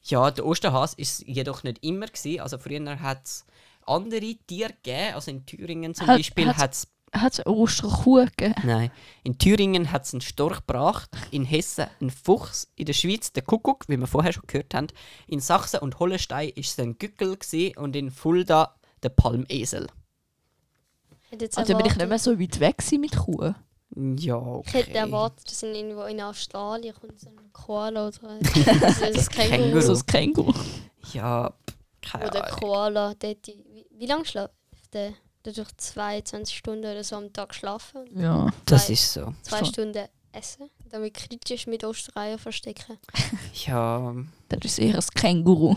Speaker 2: Ja, der Osterhas ist jedoch nicht immer. Gewesen. Also früher hat es andere Tiere gegeben. Also in Thüringen zum
Speaker 3: Hat-
Speaker 2: Beispiel
Speaker 3: hat's-
Speaker 2: hat es.
Speaker 3: Hat es eine Osterkuh gegeben?
Speaker 2: Nein. In Thüringen hat es einen Storch gebracht, in Hessen einen Fuchs, in der Schweiz den Kuckuck, wie wir vorher schon gehört haben. In Sachsen und Hollenstein ist es ein Gückel gewesen und in Fulda der Palmesel.
Speaker 4: Hätte jetzt
Speaker 3: Also bin ich
Speaker 4: erwartet-
Speaker 3: nicht mehr so weit weg gewesen mit Kuh.
Speaker 2: Ja,
Speaker 4: Ich
Speaker 2: okay.
Speaker 4: hätte erwartet, dass in, irgendwo in Australien kommt so ein
Speaker 2: (laughs)
Speaker 4: Koala oder so ein Känguru.
Speaker 2: Känguru.
Speaker 3: So ein Also Känguru.
Speaker 2: Ja, pff, keine
Speaker 4: Oder
Speaker 2: Ahnung.
Speaker 4: Koala. Der, hat die, wie, wie lange schläft der? Der durch 22 Stunden oder so am Tag schlafen und
Speaker 3: Ja.
Speaker 2: Das
Speaker 4: zwei-
Speaker 2: ist so.
Speaker 4: zwei
Speaker 3: schon.
Speaker 4: Stunden essen. Damit kritisch mit Ostereier verstecken.
Speaker 2: Ja.
Speaker 3: Das ist eher ein Känguru.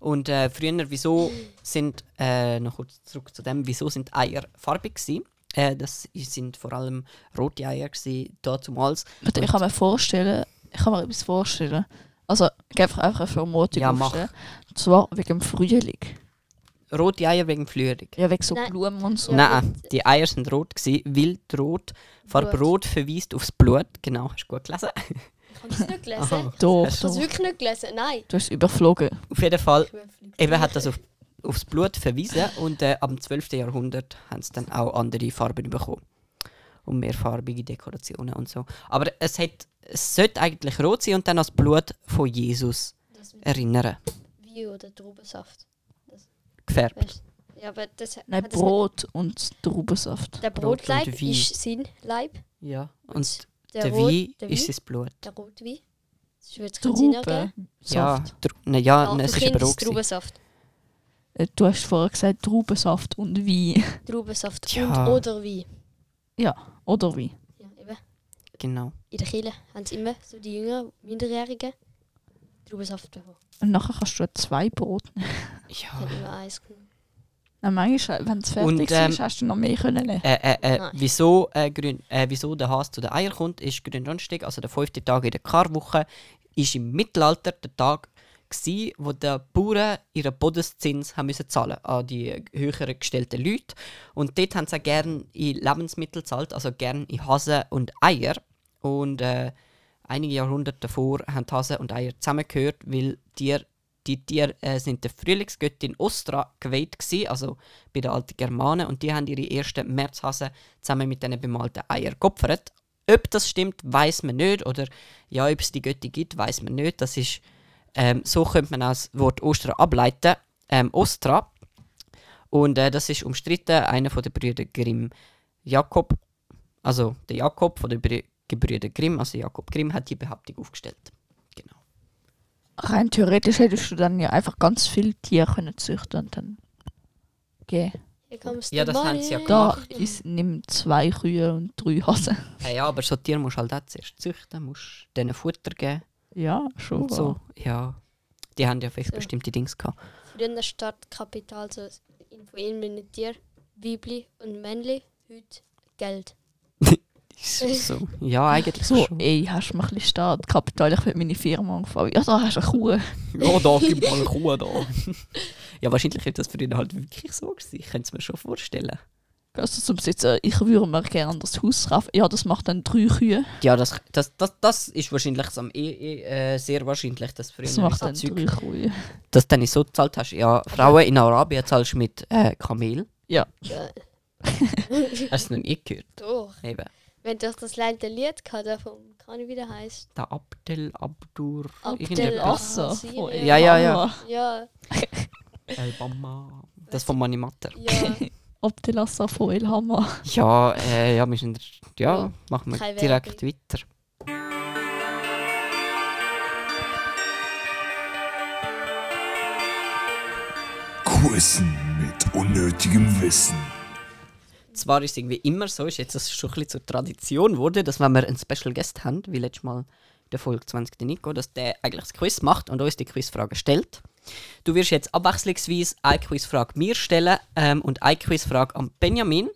Speaker 2: Und äh, früher, wieso sind, äh, noch kurz zurück zu dem, wieso sind Eier farbig gewesen? Äh, das sind vor allem rote Eier gewesen, dazumals.
Speaker 3: Warte, ich kann mir vorstellen, ich kann mir etwas vorstellen. Also, ich gebe einfach eine Vermutung
Speaker 2: Ja,
Speaker 3: aufstellen. Und zwar wegen dem Frühling.
Speaker 2: rote Eier wegen Flührung.
Speaker 3: Ja, wegen so
Speaker 4: Nein.
Speaker 3: Blumen und so.
Speaker 4: Ja,
Speaker 2: Nein, die Eier sind rot gewesen, wild rot. Farbe
Speaker 4: Blut.
Speaker 2: rot verweist aufs Blut. Genau, hast du gut gelesen.
Speaker 4: Ich habe es
Speaker 2: (laughs)
Speaker 4: nicht gelesen.
Speaker 3: Doch,
Speaker 4: Ich habe es
Speaker 3: doch.
Speaker 4: wirklich nicht gelesen. Nein.
Speaker 3: Du hast es überflogen.
Speaker 2: Auf jeden Fall,
Speaker 4: Ich bin verflucht.
Speaker 2: eben hat das auf, aufs Blut verwiesen und äh, ab dem 12. Jahrhundert haben es dann auch andere Farben bekommen. Und mehrfarbige Dekorationen und so. Aber es, hat, es sollte eigentlich rot sein und dann an das Blut von Jesus
Speaker 4: Das mit
Speaker 2: erinnern.
Speaker 4: Wein oder Traubensaft.
Speaker 2: Gefärbt.
Speaker 4: Weißt du? Ja, aber das
Speaker 3: Nein,
Speaker 4: hat das
Speaker 3: Brot und Traubensaft.
Speaker 4: Nicht, der
Speaker 2: Brot und
Speaker 4: Brotleib
Speaker 2: Wein.
Speaker 4: ist sein Leib.
Speaker 2: Ja. Und der,
Speaker 4: Rot-
Speaker 2: Wein
Speaker 4: der
Speaker 2: ist sein Blut.
Speaker 4: Der Rotwein. Das würde keinen Sinn ergeben.
Speaker 3: Trauben.
Speaker 2: Ja,
Speaker 3: Saft.
Speaker 2: Tr- ne, ja,
Speaker 4: Ah,
Speaker 2: ne, es
Speaker 4: für
Speaker 2: ist
Speaker 4: Kinder
Speaker 2: aber rot.
Speaker 4: ist
Speaker 2: gewesen.
Speaker 4: Traubensaft.
Speaker 3: Äh, Du hast vorher gesagt Traubensaft und Wein. (laughs)
Speaker 4: Traubensaft
Speaker 2: Tja.
Speaker 4: und oder Wein.
Speaker 3: Oder Wein.
Speaker 4: Ja, eben.
Speaker 2: Genau.
Speaker 4: In der Kirche haben sie immer so die Jünger, Minderjährigen, Traubensaft bekommen.
Speaker 3: Und nachher kannst du zwei Brote nehmen.
Speaker 4: Ich
Speaker 2: Ja.
Speaker 4: habe immer eins genommen.
Speaker 3: Nein, manchmal, wenn es fertig
Speaker 2: Und, ähm,
Speaker 3: ist, hast du noch mehr können nehmen.
Speaker 2: Äh, äh, äh,
Speaker 4: Nein.
Speaker 2: wieso, äh, grün, äh, wieso der Hase zu den Eiern kommt, ist Gründonnerstag, also der fünfte Tag in der Karwoche, ist im Mittelalter der Tag gsi, wo die Bauern ihren Bodenszins haben müssen zahlen an die höher gestellten Leute. Und dort haben sie auch gerne in Lebensmittel gezahlt, also gerne in Hasen und Eier. Und äh, einige Jahrhunderte davor haben die Hasen und Eier zusammengehört, weil Tier, die Tiere äh, sind der Frühlingsgöttin Ostra geweiht gsi, also bei den alten Germanen, und die haben ihre ersten Märzhasen zusammen mit diesen bemalten Eiern geopfert. Ob das stimmt, weiß man nicht, oder ja, ob es die Göttin gibt, weiß man nicht. Das ist, ähm, so könnte man auch das Wort Ostra ableiten, ähm, Ostra. Und äh, das ist umstritten, einer von den Brüder Grimm, Jakob, also der Jakob von den Brü- Gebrüder Grimm, also Jakob Grimm, hat die Behauptung aufgestellt. Genau.
Speaker 3: Rein theoretisch hättest du dann ja einfach ganz viele Tiere können züchten und dann gehen.
Speaker 4: Hier kommst
Speaker 2: Ja,
Speaker 4: du
Speaker 2: das haben
Speaker 4: mal.
Speaker 2: sie ja gemacht.
Speaker 3: Da ist, nimm zwei Kühe und drei Hasen.
Speaker 2: Hey, ja, aber so Tiere musst du halt auch zuerst züchten, musst denen Futter geben.
Speaker 3: (laughs) Ja, schon.
Speaker 2: und so. Ja. Die haben ja vielleicht
Speaker 4: Ja.
Speaker 2: bestimmte Dings (laughs) gehabt.
Speaker 4: Früher Stadtkapital, so in- von ihnen mit den Tieren, Weibli und Männli, heute Geld.
Speaker 2: Ist so. Ja, eigentlich
Speaker 3: So,
Speaker 2: schon.
Speaker 3: ey, hast du mal ein bisschen Staat, Kapital, ich will meine Firma anfangen. Ja, da hast du eine Kuh.
Speaker 2: Ja, da (laughs) gibt mal eine Kuh da. ja, wahrscheinlich ist das für ihn halt wirklich so gewesen. Ich könnte es mir schon vorstellen.
Speaker 3: Gehst du zum Besitzer, ich würde mir gerne das Haus kaufen. Ja, das macht dann drei Kühe.
Speaker 2: Ja, das, das, das, das ist wahrscheinlich am eh, eh, äh, sehr wahrscheinlich, dass für ihn
Speaker 3: Das macht
Speaker 2: so
Speaker 3: dann drei
Speaker 2: Zeug,
Speaker 3: Kühe.
Speaker 2: dass du nicht so gezahlt hast. Ja, Frauen in Arabien zahlst du mit äh, Kamel.
Speaker 3: Ja.
Speaker 4: Ja.
Speaker 2: Hast du noch nie gehört?
Speaker 4: Doch.
Speaker 2: Eben.
Speaker 4: Wenn du das leider Lied hatte, vom kann ich wieder heißt.
Speaker 2: Der Abdel Abdur.
Speaker 4: Abdel
Speaker 2: irgendetwas.
Speaker 3: Wasser. von
Speaker 4: Ja,
Speaker 2: ja,
Speaker 3: ihrer
Speaker 2: ja.
Speaker 3: Mama.
Speaker 2: (laughs)
Speaker 4: Ja,
Speaker 2: El Bamma. Das von Mani Matter.
Speaker 4: ja.
Speaker 3: Abdelassa von El Hammer.
Speaker 2: Ja, äh, ja, wir sind, ja,
Speaker 4: Ja,
Speaker 2: machen wir
Speaker 4: keine
Speaker 2: direkt weiter.
Speaker 1: Quizzen mit unnötigem Wissen.
Speaker 2: Zwar ist es irgendwie immer so, ist jetzt das schon ein bisschen zur Tradition wurde, dass wenn wir einen Special Guest haben, wie letztes Mal in der Folge 20 der Nico, dass der eigentlich das Quiz macht und uns die Quizfrage stellt. Du wirst jetzt abwechslungsweise eine Quizfrage mir stellen ähm, und eine Quizfrage an Benjamin.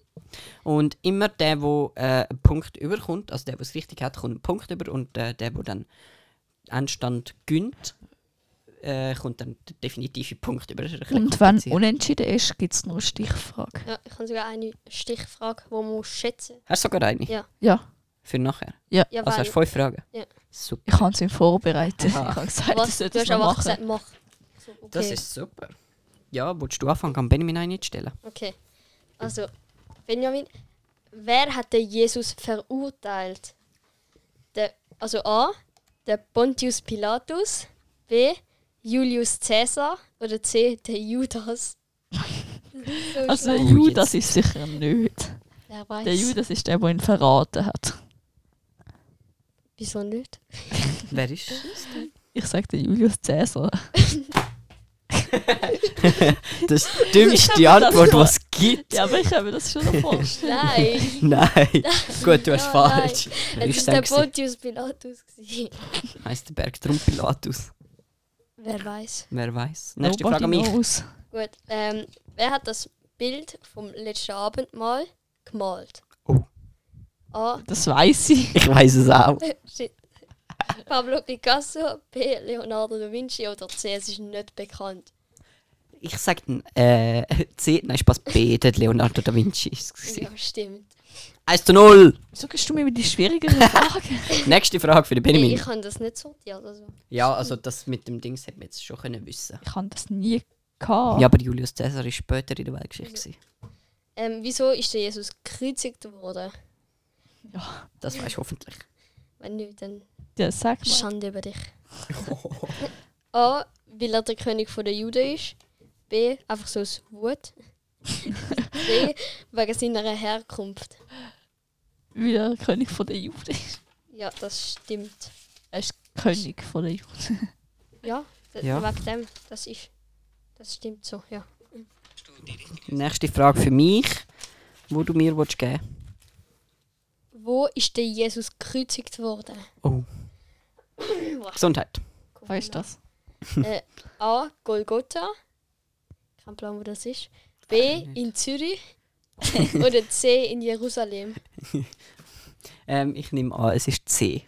Speaker 2: Und immer der, der äh, einen Punkt überkommt, also der, der es richtig hat, kommt einen Punkt über und äh, der, der dann Endstand gönnt, äh, kommt dann der definitive Punkt über. Das ist ein bisschen
Speaker 3: Und wenn
Speaker 2: kompliziert.
Speaker 3: unentschieden ist, gibt es nur eine Stichfrage.
Speaker 4: ja ich habe sogar eine Stichfrage, die man muss schätzen
Speaker 2: Hast du sogar eine?
Speaker 4: Ja.
Speaker 3: Ja,
Speaker 2: Für nachher?
Speaker 4: Ja,
Speaker 2: Also hast du fünf Fragen?
Speaker 4: Ja.
Speaker 2: Super.
Speaker 3: ich habe es ihm vorbereitet.
Speaker 2: Aha.
Speaker 3: Ich habe gesagt,
Speaker 4: was,
Speaker 3: das
Speaker 4: du hast
Speaker 3: sollte
Speaker 4: einfach
Speaker 3: man machen.
Speaker 4: gesagt, mach. So, okay.
Speaker 2: Das ist super. Ja, willst du anfangen, kann Benjamin eine stellen?
Speaker 4: Okay. Also, Benjamin, wer hat den Jesus verurteilt? Der, also A, der Pontius Pilatus, B, Julius Caesar oder C, der
Speaker 3: (laughs)
Speaker 4: Judas. So
Speaker 3: Also der
Speaker 4: schlecht.
Speaker 2: Oh,
Speaker 3: Judas ist sicher nicht.
Speaker 4: Wer weiß.
Speaker 3: Der Judas ist der, der ihn verraten hat.
Speaker 4: Wieso nicht?
Speaker 2: Wer ist
Speaker 3: Ich sage der Julius Caesar.
Speaker 2: Das dümmste Antwort, was es gibt.
Speaker 3: Ja, aber ich habe mir
Speaker 2: (laughs)
Speaker 3: das schon vorstellen.
Speaker 4: Nein.
Speaker 3: (laughs)
Speaker 2: Nein. Gut, du hast
Speaker 4: Ja,
Speaker 2: falsch. Wer
Speaker 4: Es
Speaker 2: ist
Speaker 4: war
Speaker 2: denn?
Speaker 4: der
Speaker 2: gewesen?
Speaker 4: Pontius Pilatus. gewesen.
Speaker 2: Heißt der Berg drum Pilatus.
Speaker 4: Wer weiß.
Speaker 2: Wer weiß? Nächste Frage an mich.
Speaker 3: Knows.
Speaker 4: Gut. Ähm, wer hat das Bild vom letzten Abendmahl gemalt?
Speaker 2: Oh.
Speaker 4: A.
Speaker 3: Das weiß ich.
Speaker 2: Ich weiß es auch.
Speaker 4: Shit. (laughs) Pablo Picasso, B. Leonardo da Vinci oder C. Es ist nicht bekannt.
Speaker 2: Ich sage äh, (laughs) C, nein, Spaß B, der Leonardo da Vinci ist es.
Speaker 4: Ja, stimmt.
Speaker 2: 1 zu 0!
Speaker 3: Wieso gibst du mir die schwierigeren Fragen?
Speaker 2: Nächste Frage für den
Speaker 4: Hey,
Speaker 2: Benjamin.
Speaker 4: ich kann das nicht sortiert. Also.
Speaker 2: Ja, also das mit dem Dings hätte man jetzt schon können wissen
Speaker 3: (laughs) ich habe das nie gehabt.
Speaker 2: Ja, aber Julius Caesar war später in der Weltgeschichte. gewesen.
Speaker 4: Ähm, wieso ist der Jesus gekreuzigt worden?
Speaker 2: Das weißt du hoffentlich. (laughs)
Speaker 4: Wenn nicht, dann
Speaker 3: Ja, sag mal.
Speaker 4: Schande über dich. A. Weil er der König von der Juden ist. B. Einfach so aus Wut. C. Wegen seiner Herkunft.
Speaker 3: Wie der König von der Juden ist.
Speaker 4: Ja, das stimmt.
Speaker 3: Er ist König von der Juden.
Speaker 4: Ja, d-
Speaker 2: Ja.
Speaker 4: wegen dem. Das ist. Das stimmt so, ja.
Speaker 2: Nächste Frage für mich, wo du mir willst geben
Speaker 4: Wo ist der Jesus gekreuzigt worden?
Speaker 2: Oh. Gesundheit.
Speaker 3: Was ist das?
Speaker 4: Äh, A. Golgotha. Kein Plan, wo das ist. B. In Zürich. Oder C. In Jerusalem.
Speaker 2: Ähm, ich nehme an, es ist C.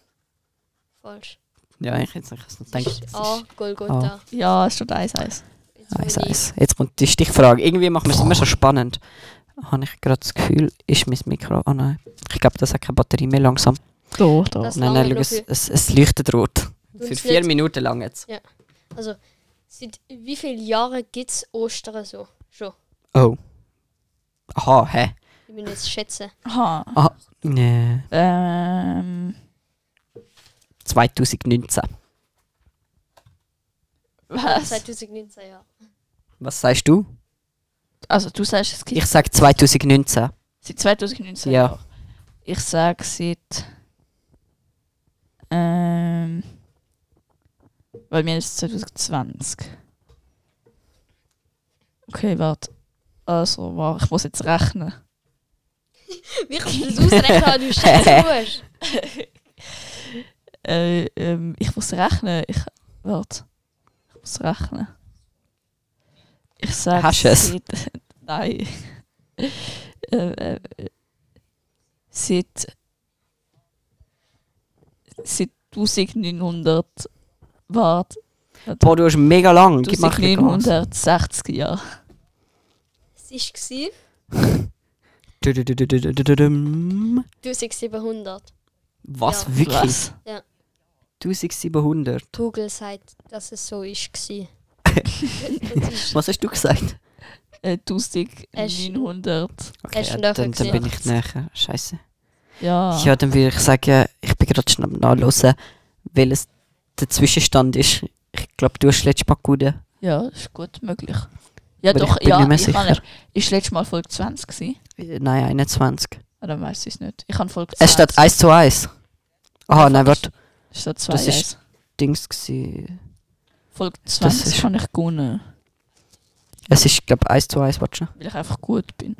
Speaker 4: Falsch.
Speaker 2: Ja, ich hätte es nicht gedacht. Es
Speaker 4: A.
Speaker 2: ist
Speaker 4: Golgotha.
Speaker 3: Ja, es steht 1-1.
Speaker 4: Jetzt bin
Speaker 2: eins,
Speaker 4: ich-
Speaker 2: eins. Jetzt kommt die Stichfrage. Irgendwie machen wir es immer so spannend. Habe ich gerade das Gefühl, ist mein Mikro. Oh nein. Ich glaube, das hat keine Batterie mehr langsam.
Speaker 3: Da, da.
Speaker 4: Das
Speaker 2: nein,
Speaker 4: lange
Speaker 2: nein, schau,
Speaker 4: noch
Speaker 2: es,
Speaker 4: für-
Speaker 2: es, es leuchtet rot. Für
Speaker 4: Uns
Speaker 2: vier
Speaker 4: nicht.
Speaker 2: Minuten lang jetzt.
Speaker 4: Also, seit wie vielen Jahren gibt es Ostern so? Schon.
Speaker 2: Oh. Aha, hä?
Speaker 4: Ich muss jetzt schätzen.
Speaker 3: Aha.
Speaker 2: Ah, nee.
Speaker 3: Ähm.
Speaker 2: 2019.
Speaker 3: Was?
Speaker 4: 2019, ja.
Speaker 2: Was sagst du?
Speaker 3: Also, du sagst, es gibt
Speaker 2: Ich sage 2019.
Speaker 3: seit 2019.
Speaker 2: Ja.
Speaker 3: Jahre. Ich sage seit. Ähm. Weil mir ist 2020. Okay, warte. Also, warte, ich muss jetzt rechnen.
Speaker 4: Wie kannst du das ausrechnen, wenn du schätzen (laughs) musst?
Speaker 3: (laughs) Äh, ähm, ich muss rechnen. Ich. Warte. Ich muss rechnen. Ich sage.
Speaker 2: Hast du es?
Speaker 3: Seit, (laughs) nein. äh, äh, seit. Seit 1900. Warte.
Speaker 2: Boah, du hast mega lang. Gib mal ein bisschen Gas.
Speaker 3: 1960 Jahre.
Speaker 4: Es war
Speaker 2: Du, du, du, du, du, du, du, du, dum.
Speaker 4: 1700.
Speaker 2: Was?
Speaker 4: Ja.
Speaker 2: Wirklich?
Speaker 3: Was?
Speaker 2: 1700.
Speaker 4: Google sagt, dass es so
Speaker 3: (laughs)
Speaker 4: ist. gsi.
Speaker 2: Was hast du gesagt?
Speaker 3: Äh, 1900.
Speaker 2: Okay,
Speaker 4: Hast du
Speaker 2: ja,
Speaker 4: nachher
Speaker 2: dann, dann bin ich
Speaker 4: gesagt?
Speaker 2: näher. Scheiße.
Speaker 3: Ja.
Speaker 2: Ja, dann würde ich sagen, ich bin gerade schnell am nachhören, welches der Zwischenstand ist. Ich glaube, du hast letztes Mal gewonnen.
Speaker 3: Ja, ist gut möglich. Ja,
Speaker 2: Aber ich
Speaker 3: doch,
Speaker 2: bin
Speaker 3: ja.
Speaker 2: nicht mehr
Speaker 3: ich kann-
Speaker 2: sicher.
Speaker 3: Ist letztes Mal Folge 20 gewesen?
Speaker 2: Äh, Nein, 21.
Speaker 3: Ah, dann weiß ich es nicht. Ich habe Folge
Speaker 2: Es steht 1 zu 1. Aha, nein, warte.
Speaker 3: Es steht
Speaker 2: das
Speaker 3: 2
Speaker 2: ist-
Speaker 3: ist
Speaker 2: Dings gsi.
Speaker 3: Folge
Speaker 2: ist-
Speaker 3: 20 kann ich gewonnen,
Speaker 2: Es ist, glaube ich, 1 zu 1, warte schnell.
Speaker 3: weil ich einfach gut bin.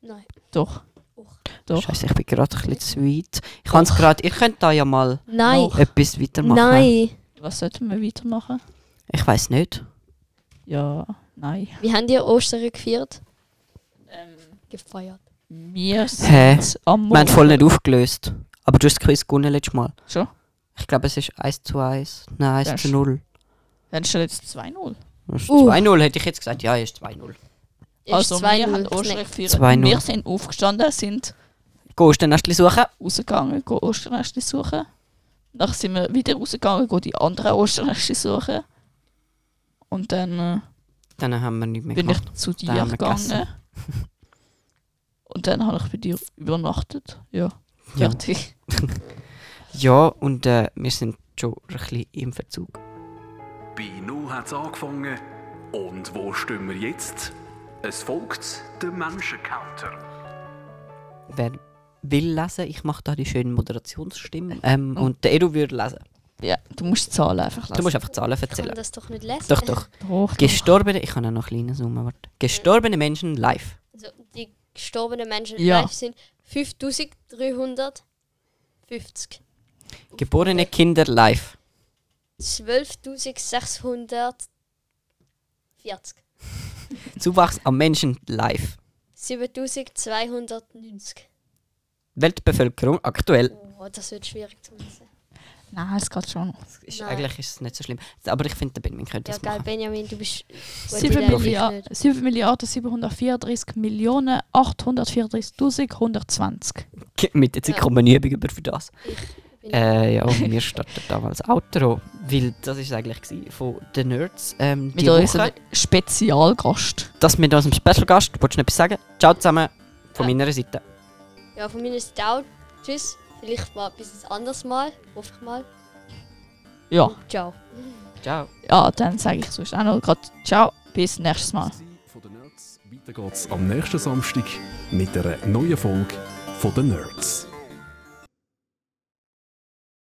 Speaker 4: Nein.
Speaker 3: Doch.
Speaker 4: Och.
Speaker 3: Doch.
Speaker 2: Scheiße, ich bin gerade ein bisschen zu weit. Ich kann es gerade, ihr könnt da ja mal
Speaker 4: Nein.
Speaker 3: Noch.
Speaker 2: etwas weitermachen.
Speaker 4: Nein.
Speaker 3: Was sollten wir weitermachen?
Speaker 2: Ich weiß nicht.
Speaker 3: Ja, nein. Ähm,
Speaker 4: Wie haben ihr Ostern gefeiert? Gefeiert.
Speaker 3: Wir sind
Speaker 2: Hä?
Speaker 3: am
Speaker 2: Wir haben voll nicht aufgelöst. Aber du hast das Quiz gewonnen letztes Mal.
Speaker 3: Schon?
Speaker 2: Ich glaube, es ist 1 zu 1. Nein, 1
Speaker 3: Das-
Speaker 2: zu 0.
Speaker 3: Dann steht jetzt 2-0.
Speaker 2: Das ist
Speaker 4: Uh.
Speaker 2: 2-0 hätte ich jetzt gesagt. Ja, ist 2-0.
Speaker 4: Ist
Speaker 3: Also wir haben
Speaker 4: 2-0
Speaker 3: Ostern
Speaker 4: knapp.
Speaker 3: gefeiert.
Speaker 2: 2-0.
Speaker 3: Wir sind aufgestanden, sind
Speaker 2: Gehst du den Nestli suchen?
Speaker 3: rausgegangen, gehen Osternäste suchen. Dann sind wir wieder rausgegangen, gehen die anderen Osternäste suchen. Und dann... Äh,
Speaker 2: Dann haben wir nicht mehr
Speaker 3: bin
Speaker 2: gemacht.
Speaker 3: ich zu dir
Speaker 2: Dann haben wir
Speaker 3: gegangen.
Speaker 2: gegessen.
Speaker 3: (laughs) Und dann habe ich bei dir übernachtet. Ja.
Speaker 2: Ja.
Speaker 3: Fertig.
Speaker 2: Ja, und äh, wir sind schon ein bisschen im Verzug.
Speaker 1: Bei Null hat es angefangen. Und wo stehen wir jetzt? Es folgt der Menschencounter.
Speaker 2: Wer will lesen, ich mache da die schönen Moderationsstimmen. Ähm, und der Edu würde lesen.
Speaker 3: Ja, du musst die Zahlen einfach lesen.
Speaker 2: Du musst einfach Zahlen
Speaker 4: Ich kann
Speaker 2: erzählen.
Speaker 4: das doch nicht lesen.
Speaker 2: Doch, doch.
Speaker 3: Doch, doch.
Speaker 2: Gestorbene, ich kann auch noch einen kleinen Zoom, warte. Gestorbene Menschen live.
Speaker 4: Also, die gestorbenen Menschen
Speaker 3: Ja.
Speaker 4: live sind 5350.
Speaker 2: Geborene Kinder live.
Speaker 4: 12.640.
Speaker 2: Zuwachs am Menschen live.
Speaker 4: 7.290.
Speaker 2: Weltbevölkerung aktuell.
Speaker 4: Oh, das wird schwierig zu lesen.
Speaker 3: Nein, es geht schon noch.
Speaker 2: Ist,
Speaker 4: Nein.
Speaker 2: eigentlich ist es nicht so schlimm. Aber ich finde, der Benjamin könnte
Speaker 4: Ja,
Speaker 2: das
Speaker 4: geil,
Speaker 2: machen.
Speaker 4: Benjamin, du bist gut
Speaker 3: 7,
Speaker 4: in der
Speaker 3: Millia
Speaker 4: Hinsicht nicht.
Speaker 3: 7 Milliarden 734 Millionen 834.120.
Speaker 2: (laughs) Mit der Zeit kommt man Übung über für das.
Speaker 4: bin-
Speaker 2: Äh, ja, wir starten damals Outro, weil das ist eigentlich gewesen von den Nerds. Ähm,
Speaker 3: Mit
Speaker 2: die Woche,
Speaker 3: unserem Spezialgast.
Speaker 2: das mit unserem Special Gast. Wolltest du noch etwas sagen? Ciao zusammen von
Speaker 4: Ja.
Speaker 2: meiner Seite.
Speaker 4: Ja, von meiner Seite auch. Tschüss. Vielleicht mal bis ein anderes Mal. Hoffe ich mal.
Speaker 3: Ja.
Speaker 4: Ciao.
Speaker 2: Ciao.
Speaker 3: Ja, dann sage ich sonst auch noch gerade Ciao, bis nächstes Mal.
Speaker 1: Von den Nerds. Weiter geht's am nächsten Samstag mit einer neuen Folge von den Nerds.